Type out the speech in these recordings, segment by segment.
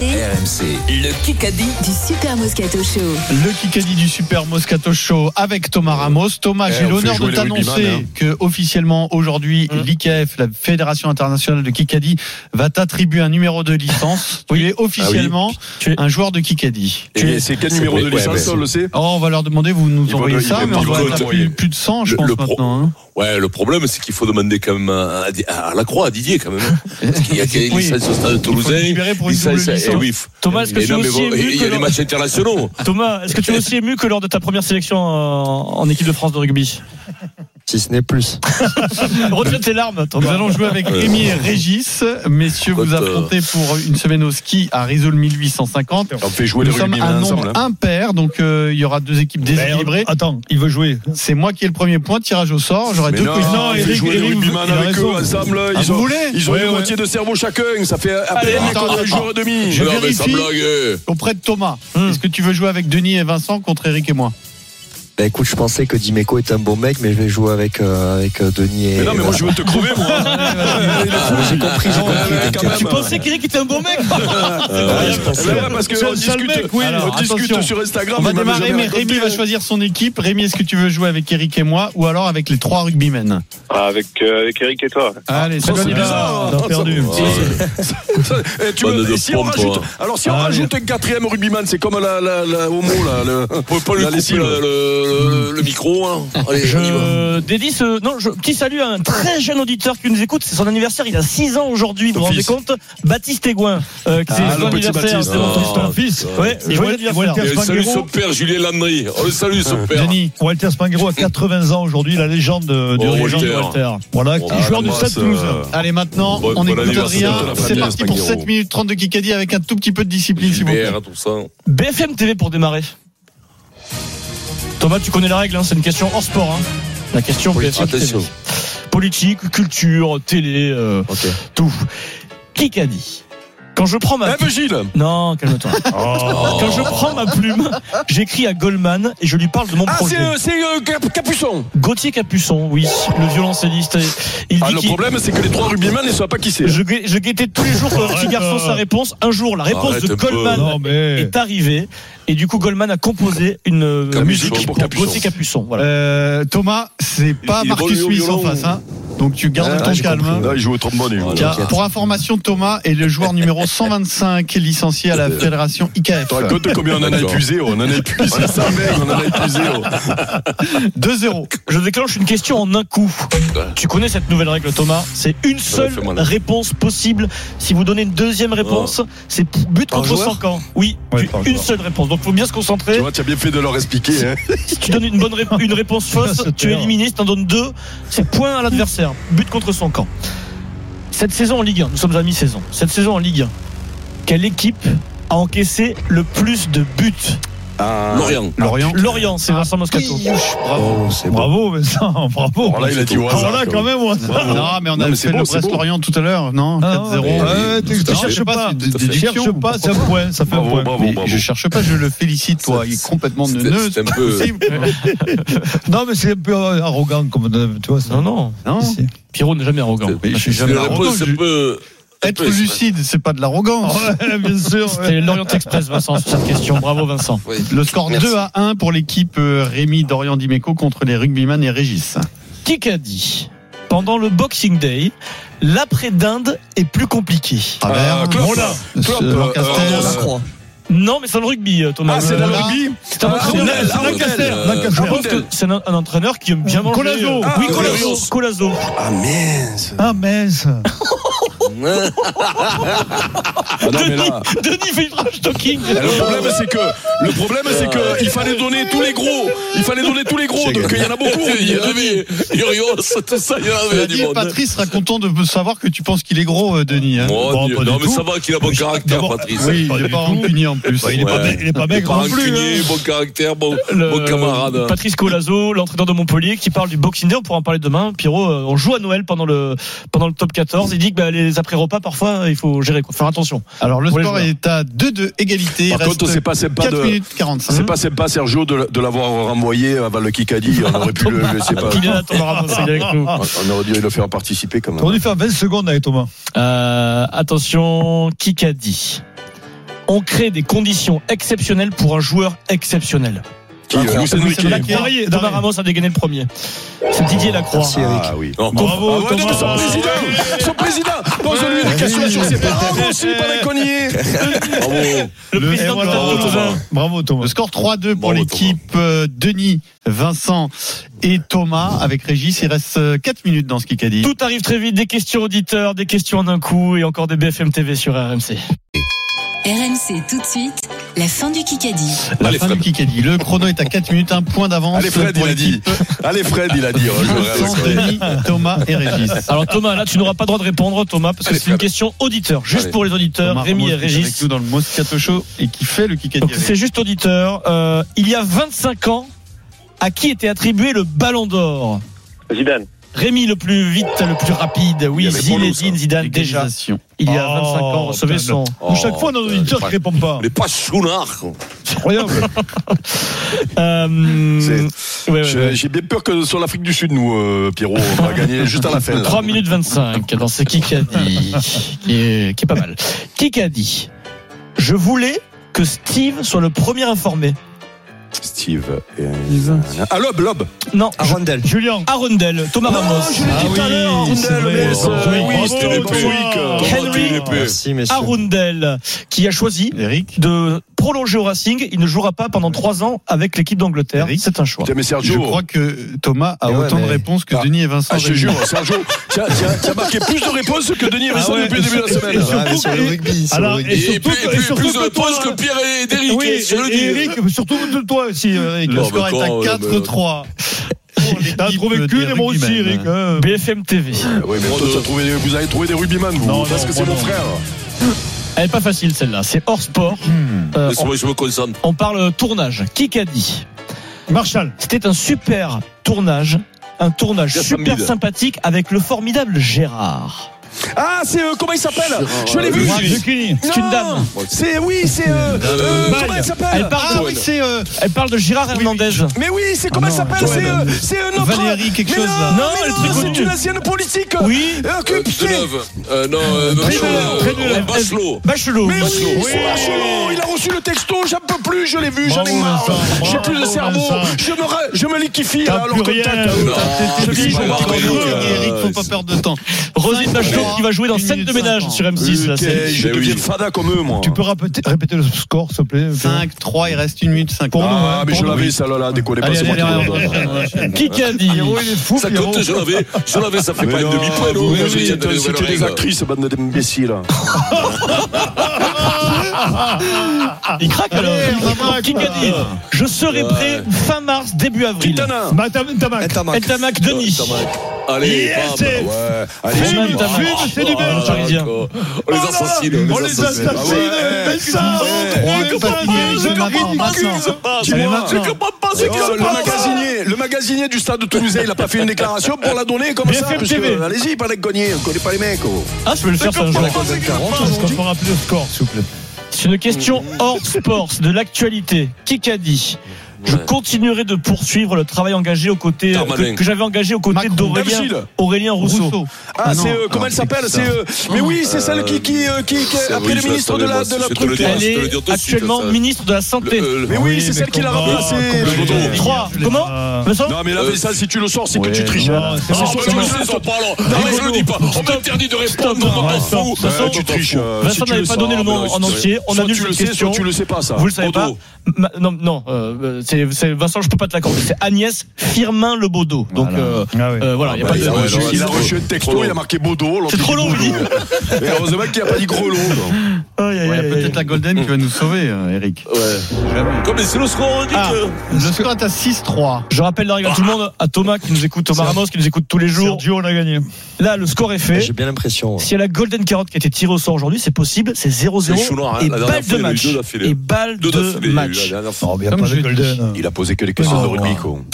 RMC, le Kikadi. du Super Moscato Show. Le Kikadi du Super Moscato Show avec Thomas Ramos. Thomas, Eh, j'ai on l'honneur de fait jouer les t'annoncer rugbyman, hein. que officiellement aujourd'hui, l'IKF, la Fédération internationale de Kikadi, va t'attribuer un numéro de licence. Tu es officiellement Tu- un joueur de Kikadi. Tu es- Et Ah Eh, c'est quel numéro de ouais, ouais. licence, on le sait Oh, on va leur demander, vous nous Ils vont envoyez nous- ça, ils mais vont on nous va en avoir envoyer. plus, plus de 100, je Le- pense, le pro- maintenant. hein. Ouais, le problème, c'est qu'il faut demander quand même à, à- à la croix, à Didier, quand même. hein. Parce qu'il y a des Oui. licences au stade Il faut toulousain. libérer pour une double licences- eh licence. oui, Thomas, est-ce que mais tu es non, mais aussi bon, ému que il y a des lors- matchs internationaux. Thomas, est-ce que tu es aussi ému que lors de ta première sélection euh, en, en équipe de France de rugby si ce n'est plus. Retire tes larmes, Nous Thomas. allons jouer avec Euh. Rémi et Régis. Messieurs, vous Écoute, euh, affrontez pour une semaine au ski à Risolme 1850. On fait jouer Nous les sommes rugbymen un nombre ensemble. hein. impair, donc euh, il y aura deux équipes déséquilibrées. Attends, il veut jouer. C'est moi qui ai le premier point, tirage au sort. J'aurai Mais deux non, coups. on fait jouer les rugbymen avec eux ensemble. Ah, Ils vous ont, voulez ils ont Ouais, une ouais. moitié de cerveau chacun. Ça fait à peine attends, un attends. jour et demi. Je non, mais sans vérifie. blague. euh. Auprès de Thomas, Hmm. est-ce que tu veux jouer avec Denis et Vincent contre Eric et moi Bah écoute, je pensais que Dimeco était un bon mec, mais je vais jouer avec, euh, avec euh, Denis et. Mais non, mais moi, je veux te crever, moi. J'ai compris, j'ai Ouais, ouais, compris. quand t'inquiète. même. Tu pensais qu'Eric était un bon mec Ouais, ouais, parce C'est qu'on le seul discute, mec, oui. Alors, on discute attention. sur Instagram. On va il m'a démarrer, jamais mais Rémi raconté. va choisir son équipe. Rémi, est-ce que tu veux jouer avec Eric et moi ou alors avec les trois rugbymen Avec, euh, avec Eric et toi. Allez, c'est Oh, bon, on c'est y va. bizarre. On a perdu. Ah, ouais. Eh, tu Bande veux- de et si on pompes, rajoute- toi. Alors, si on Ah, rajoute un quatrième rugbyman, c'est comme la, la, la homo, là. Le, On peut pas lui la couper lessive. le, le- le- le micro. hein. Allez, on y va. Je dédie ce. Euh, Non, je... petit salut à un très jeune auditeur qui nous écoute. C'est son anniversaire, il a 6 ans aujourd'hui, vous vous rendez fils. compte Baptiste Aigouin. euh, qui- c'est Ah, son le petit anniversaire, Baptiste. c'est mon fils, ton Ah, fils. putain. Ouais, joyeux Euh, anniversaire. Et on salue son père, Julien Landry. On le salue, son père. Denis, Walter Spangero a 80 ans aujourd'hui, la légende de, Oh, légende de Walter. Voilà, Oh, joueur du Stade Toulousain. allez maintenant, Bon, on bon écoute anniversaire Adrien. de la C'est famille parti pour Espargaro. 7 minutes 30 de Kikadi avec un tout petit peu de discipline, s'il vous plaît. Gilbert, tout ça. BFM TV pour démarrer. Thomas, tu connais la règle, hein, c'est une question hors sport. hein. La question BFM Attention. TV. Politique, culture, télé, euh, Ok. tout. Qui qu'a dit Quand je prends ma Eh, ben, Gilles. non, calme-toi. Oh. Quand je prends ma plume, j'écris à Goldman et je lui parle de mon Ah, c'est, projet. euh, c'est euh, Cap- Capuçon. Gauthier Capuçon, oui, le violoncelliste. Il dit Ah, le qu'il- problème, c'est que les trois rugbyman ne savent pas qui c'est. Ah, je, gai- je guettais tous les jours pour le petit garçon sa réponse. Un jour, la réponse Arrête de un peu. Goldman Non, mais- est arrivée. Et du coup, Goldman a composé une euh, Capuçon musique pour pour Capuçon. Gauthier Capuçon. Voilà. Euh, Thomas, c'est pas il est Marcus bon, Smith en violon. face, hein. Donc tu gardes Ah, ton j'ai calme. hein. compris. Là, il joue au trombone. il joue. Voilà. Car, pour information, Thomas est le joueur numéro 125 licencié à la fédération IKF. Tu te rends compte combien on en a D'accord. épuisé, oh, on en a épuisé, sa mère, on en a épuisé. oh. 2-0. Je déclenche une question en un coup. Tu connais cette nouvelle règle, Thomas C'est une Ça seule fait mal. réponse possible. Si vous donnez une deuxième Oh. réponse, c'est but contre joueur 100 camps. Oui, Ouais, tu- par une joueur. seule réponse. Donc, faut bien se Tu concentrer. vois, tu as bien fait de leur expliquer. hein. Si tu donnes une bonne ré- une réponse fausse, Ça, c'est tu es clair. éliminé. Si tu en donnes deux, c'est point à l'adversaire. But contre son camp. Cette saison en Ligue 1, nous sommes à mi-saison. Cette saison en Ligue 1, quelle équipe a encaissé le plus de buts Lorient. Lorient. Lorient, Ah. c'est Vincent Moscato. Oh, c'est bon. Vincent, bravo. Alors là, il a dit au hasard. quoi. même, au hasard. Non, mais on a Non, mais c'est fait beau, le c'est beau. Brest-Lorient tout à l'heure, non Ah, 4-0. ouais, Euh, tout à tu fait. cherches pas, Tout à fait. tu cherches pas, c'est un point, ça fait Bravo, un point. bravo, Mais bravo. Je cherche pas, je le félicite, toi. Il est complètement C'était- neuneux. c'était un peu- non, mais c'est un peu arrogant, comme euh, tu vois. Non, non. Non. Pierrot n'est jamais arrogant. je suis C'est jamais une arrogant. réponse un peu. un Être peu exprès. lucide, c'est pas de l'arrogance. bien sûr. C'était l'Orient Express, Vincent, sur cette question. Bravo, Vincent. Le score Merci. 2 à 1 pour l'équipe euh, Rémi Dorian Dimeco contre les rugbyman et Régis. Qui qu'a dit Pendant le Boxing Day, l'après-dinde est plus compliqué. Travers, Klopp. Mola, Klopp, euh, euh, Lancaster. euh, Non, mais c'est dans le rugby, Thomas. Ah, c'est Euh, dans le là, rugby C'est un Ah, entraîneur. Arundel, c'est Arundel, Lancaster, euh, Lancaster. Je pense Arundel. que c'est un, un entraîneur qui aime bien manger. Colazo. euh, Ah, Oui, Colazo. Colazo. Colazo. Ah mince. Ah mince hein. Ah non, mais là. Denis fait une trash talking. Le problème, c'est que, le problème, c'est Ah. que, il fallait donner tous les gros. Il fallait donner tous les gros. Donc, il y en a beaucoup. Il y en avait, Urios, tout ça, il y en avait Cela du dit, monde. hein. Patrice sera content de savoir que tu penses qu'il est gros, euh, Denis. hein. Mon Bon, Dieu. pas Non, du mais tout. ça va qu'il a bon caractère, D'abord, Patrice. Oui, Pas il du n'est pas tout. rancunier en plus. Il est pas, Ouais. il est pas Pas maigre non plus. hein. rancunier, bon caractère, bon, Le- bon camarade. Patrice Colazo, l'entraîneur de Montpellier, qui parle du Boxing Day, on pourra en parler demain. Pierrot, euh, on joue à Noël pendant le, pendant le top 14. Il dit que bah, les après-repas, parfois, il faut gérer, quoi. faire attention. Alors, le Pour les score joueurs. est à 2-2 égalité. Par Il contre, reste c'est pas sympa 4 de- minutes Hum. 45. C'est pas sympa, Sergio, de, de l'avoir renvoyé avant le Kikadi. On aurait pu le, je sais pas. Kylian attendra de avec nous. On aurait dû le faire participer quand même. dû faire 20 secondes avec Thomas. Euh, attention, qui qu'a dit On crée des conditions exceptionnelles pour un joueur exceptionnel. Qui, euh, Luis Enrique. Enrique. Pareil, Thomas Ramos a dégainé le premier. C'est Didier Lacroix. Merci Eric. Ah oui. Non, Bravo, Ah ouais, non, Thomas. mais son président, son président, pose-lui des questions sur ses parents aussi, pas les cogner. bravo. Le président de bravo, la Toulousain. Thomas. Bravo, Thomas. Le score 3-2 pour Bravo, l'équipe euh, Denis, Vincent et Thomas avec Régis. Il reste 4 minutes dans ce qu'il a dit. Tout arrive très vite, des questions auditeurs, des questions en un coup et encore des BFM TV sur RMC. RMC tout de suite, la fin du Kikadi. La Allez, fin Fred. du Kikadi. Le chrono est à 4 minutes, un point d'avance. Allez, Fred, pour il a dit. l'équipe Allez, Fred, il a dit. oh, je rêve, Vincent, quoi. Denis, Thomas et Régis. Alors Thomas, là tu n'auras pas le droit de répondre Thomas parce que Allez, c'est une Fred. question auditeur, juste Allez. pour les auditeurs, Thomas Rémi Ramos et qui est Avec Régis. nous dans le Moscato Show et qui fait le Kikadi. Donc c'est juste auditeur. Euh, il y a 25 ans, à qui était attribué le Ballon d'Or Zidane. Rémi le plus vite, le plus rapide. Oui, Il y avait Polo, Zinedine ça. Zidane déjà. Il y a 25 ans, Oh, recevait putain, son. Oh, chaque fois, nos putain, auditeurs j'ai qui répondent pas. Mais pas Sounard. quoi. Incroyable. Euh, ouais, ouais, ouais. J'ai- J'ai bien peur que sur l'Afrique du Sud, nous, euh, Pierrot, on va gagner juste à la fin. là. 3 minutes 25 dans ce Kikadi qui est, qui est pas mal. Kikadi. Je voulais que Steve soit le premier informé. Steve. et- Ah, Lob, Lob. Non, Ju- Arundel. Julien. Ah, Arundel, Thomas Ramos. Ah oui, c'est vrai. mais ça- Oui, oui, bravo, c'était euh, l'épée. Thomas. Oui, que- Henry. Thomas, tu l'épée. Merci messieurs. Arundel qui a choisi Eric. de prolonger au Racing. Il ne jouera pas pendant 3 ans avec l'équipe d'Angleterre. Eric. C'est un choix. Putain, mais Je Sergio. crois que Thomas a Et ouais, autant de mais- réponses que Ah. Denis et Vincent. Ah, je te Rémy. jure, Sergio, tu as, tu as- tu as marqué plus de réponses que Denis et Vincent Ah ouais, depuis le début de la et- semaine. et Ah, mais surtout sur que- le rugby. sur le alors, rugby. et Et surtout plus que- et plus surtout que de réponses toi- que Pierre et Derrick, je le dis. surtout de toi aussi, Eric. Le Non, score mais est à toi, euh, 4-3. T'as trouvé que qu'une et moi aussi, hein. Eric, BFM TV. Ouais, mais toi, t'as trouvé- vous avez trouvé des rugbyman, vous. Non, parce non, que c'est moi, mon non. frère. Elle est pas facile celle-là. C'est hors sport. Euh, on, Laisse-moi, je me concentre. on parle tournage. Qui qu'a dit Marshall. C'était un super tournage. Un tournage Gaston super Bide. sympathique avec le formidable Gérard. Ah, c'est. euh, comment il s'appelle Je euh, l'ai vu. Gérard Gilles. Zucchini. C'est une Non, dame. C'est. Oui, c'est. euh, euh, comment il s'appelle Elle parle Ah de- oui, c'est euh, Elle parle de Gérard oui. Hernandez. Mais oui, c'est comment Ah elle non, s'appelle Joël. C'est euh, c'est un autre. Valérie quelque mais chose non, là. Non, mais elle est non, très c'est connue. une ancienne politique. Oui. Euh, que- Euh, putain. Deneuve. Euh, non, euh, Très Bachelot. nul, très nul. Euh, Bachelot. Bachelot. Mais oui, Bachelot. c'est Bachelot. Il a reçu le texto. J'en peux plus. Je l'ai vu. J'en ai Bravo, marre. Vincent, J'ai plus de bravo, cerveau. Vincent. Je me, ra- je me liquéfie. là, T'as Alors plus que rien. t'as- Ah t'as- Non, t'as- c'est t'as- pas t'as- marrant, t'as- Eric. t'as- euh, Eric, faut pas perdre de temps. Roselyne Bachelot qui va jouer dans Une scène de minute ménage cinquante. sur M6. là, Ok, c'est- je Mais deviens oui. fada comme eux, moi. peux Ah, bah, répéter, répéter le score, s'il te plaît 5-3, il reste 1 minute 50. Ah, mais je l'avais, ça, là, là, décollez pas, hein. euh. Allez, c'est moi allez, qui allez, le allez, donne. allez, allez. Qui qu'a dit Ça compte, je l'avais. Je l'avais, ça fait Mais pas une non, demi-point. non, oui, je oui, dis, t'es- des c'était des nouvelles actrices, bande d'imbéciles. Il craque alors. Ah, Allez, on va voir, Qui qu'a quoi. dit Je serai prêt fin mars, début avril. Kitana. Bah, Tamac. Tamac. Tamac, Denis. Oh, Tamac. Allez, Yes, bam. c'est- Ouais. Allez, Fume, on y va. fume, c'est du Ah, belge. Parisien. d'accord. On les assassine, on les assassine. Ah assassine. mais ça, Eh, Dis-moi, maintenant. pas ce qui se Ah. oh, le passe. magasinier, le magasinier du stade de Toulousain, il a pas fait une déclaration pour la donner comme ça. BFM parce que, TV. Allez-y, pas les cogner, on connaît pas les mecs. oh. Ah, je vais le faire, ça, un jour. Est-ce qu'on peut rappeler le score, s'il vous plaît C'est une question hors sport, c'est de l'actualité. Qui qu'a dit Je Ouais. continuerai de poursuivre le travail engagé aux côtés Darmanin. que, que j'avais engagé aux côtés Macron. d'Aurélien Dame Gilles. Aurélien Rousseau. Ah, Ah, c'est non. euh, comment Ah, elle c'est s'appelle ça. C'est euh, mais oui, c'est celle qui qui euh, qui, qui- C'est- après oui, le je ministre la de la savais, de moi la aussi, truc. je te le là. Elle Ah, je te le est dis tout de suite, actuellement ça. ministre de la santé. Le- euh, le- Mais oui, c'est celle qui l'a Ah, comment- remplacé. comment- euh, Trois. Comment Me semble Non, mais là, Euh, mais ça, si tu le sors, c'est que Ouais, tu triches. non, Ah, c'est Ah, mais bon, mais tu le je ne sais, sais toi. pas alors. Non, mais je le dis pas. On m'interdit de répondre. Stop. on m'en Stop. fout. Stop. Euh, Tu triches. euh, Vincent si tu n'avait le pas sors. donné le Ah, nom mais non, en je- entier. On Soit annule tu le cette sais, soit question. tu le sais pas, ça. Vous le savez pas Bordeaux. Ma- Non, non. euh, c'est- c'est c'est- Vincent, je peux pas te l'accorder. C'est Agnès Firmin Le Baudot. Donc Voilà. euh, Ah oui. euh, voilà, il y a Bah, pas il, de. a ouais, reçu, ouais, il a c'est reçu un trop texto, long. il a marqué Bodo. alors C'est qu'il trop dit long, Bodo. Et heureusement qu'il n'y a pas dit Grelot. Aïe, non. aïe, Il y a aïe, aïe. peut-être la Golden qui va nous sauver, euh, Eric. Comme c'est le score, on dit Ah. que. Le score est à 6-3. Je rappelle dans la règle à tout le monde, à Thomas qui nous écoute, Thomas Ramos qui nous écoute tous les jours. Sergio, on a gagné. Là, le score est fait. Ah, J'ai bien l'impression. ouais. Si y a la Golden Carotte qui a été tirée au sort aujourd'hui, c'est possible, c'est 0-0 C'est chou noir, hein. et La dernière balle fois, de il y en a eu match. deux d'affilée. Et balle Deux d'affilée, de la match. dernière fois. Comme je dis. Il a posé que des questions de Oh, rugby, ouais. con.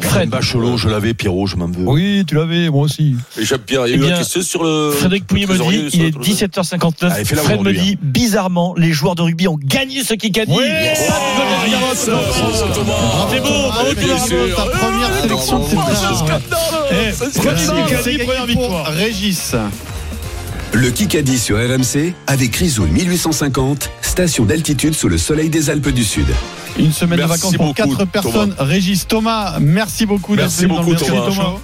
Fred. Bachelot, je l'avais, Pierrot, je m'en veux. Oui, tu l'avais, moi aussi. Et Jacques Pierre, il y Eh a eu bien, la question sur le. Frédéric Pouillet me trésorier, dit, sur il le est trésorier. Ah, 17h59. il fait là Fred me aujourd'hui, dit, bizarrement, les joueurs de rugby ont gagné ce kick a dit. Oh, yes, bravo, Thomas. C'est beau, bravo, Thomas Ramos, Ta première sélection de cette saison. Eh, Frédéric Pouillet, C'est première gagné pour victoire. Régis. Le Kikadi sur RMC avec Rizou 1850, station d'altitude sous le soleil des Alpes du Sud. Une semaine Merci de vacances pour beaucoup, 4 personnes. Régis, Thomas, merci beaucoup d'être Merci venu dans beaucoup, le Mercredi Thomas. Show.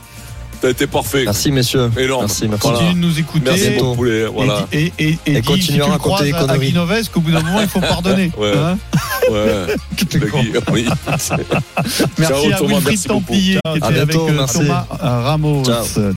T'as été parfait. Merci, messieurs. Énorme. Merci, merci. Voilà. Continue de nous écouter. Merci Et- beaucoup, les- voilà. Et, et, et, Et dis, continuez si tu le à raconter croises des à- conneries. À Guinoves, qu'au bout d'un moment, il faut pardonner. Ouais. Hein Ouais. Baggy, oui. merci Ciao, à Thomas, Wilfried merci beaucoup. Templier qui À était avec bientôt, euh, merci. Thomas Ramos. Ciao.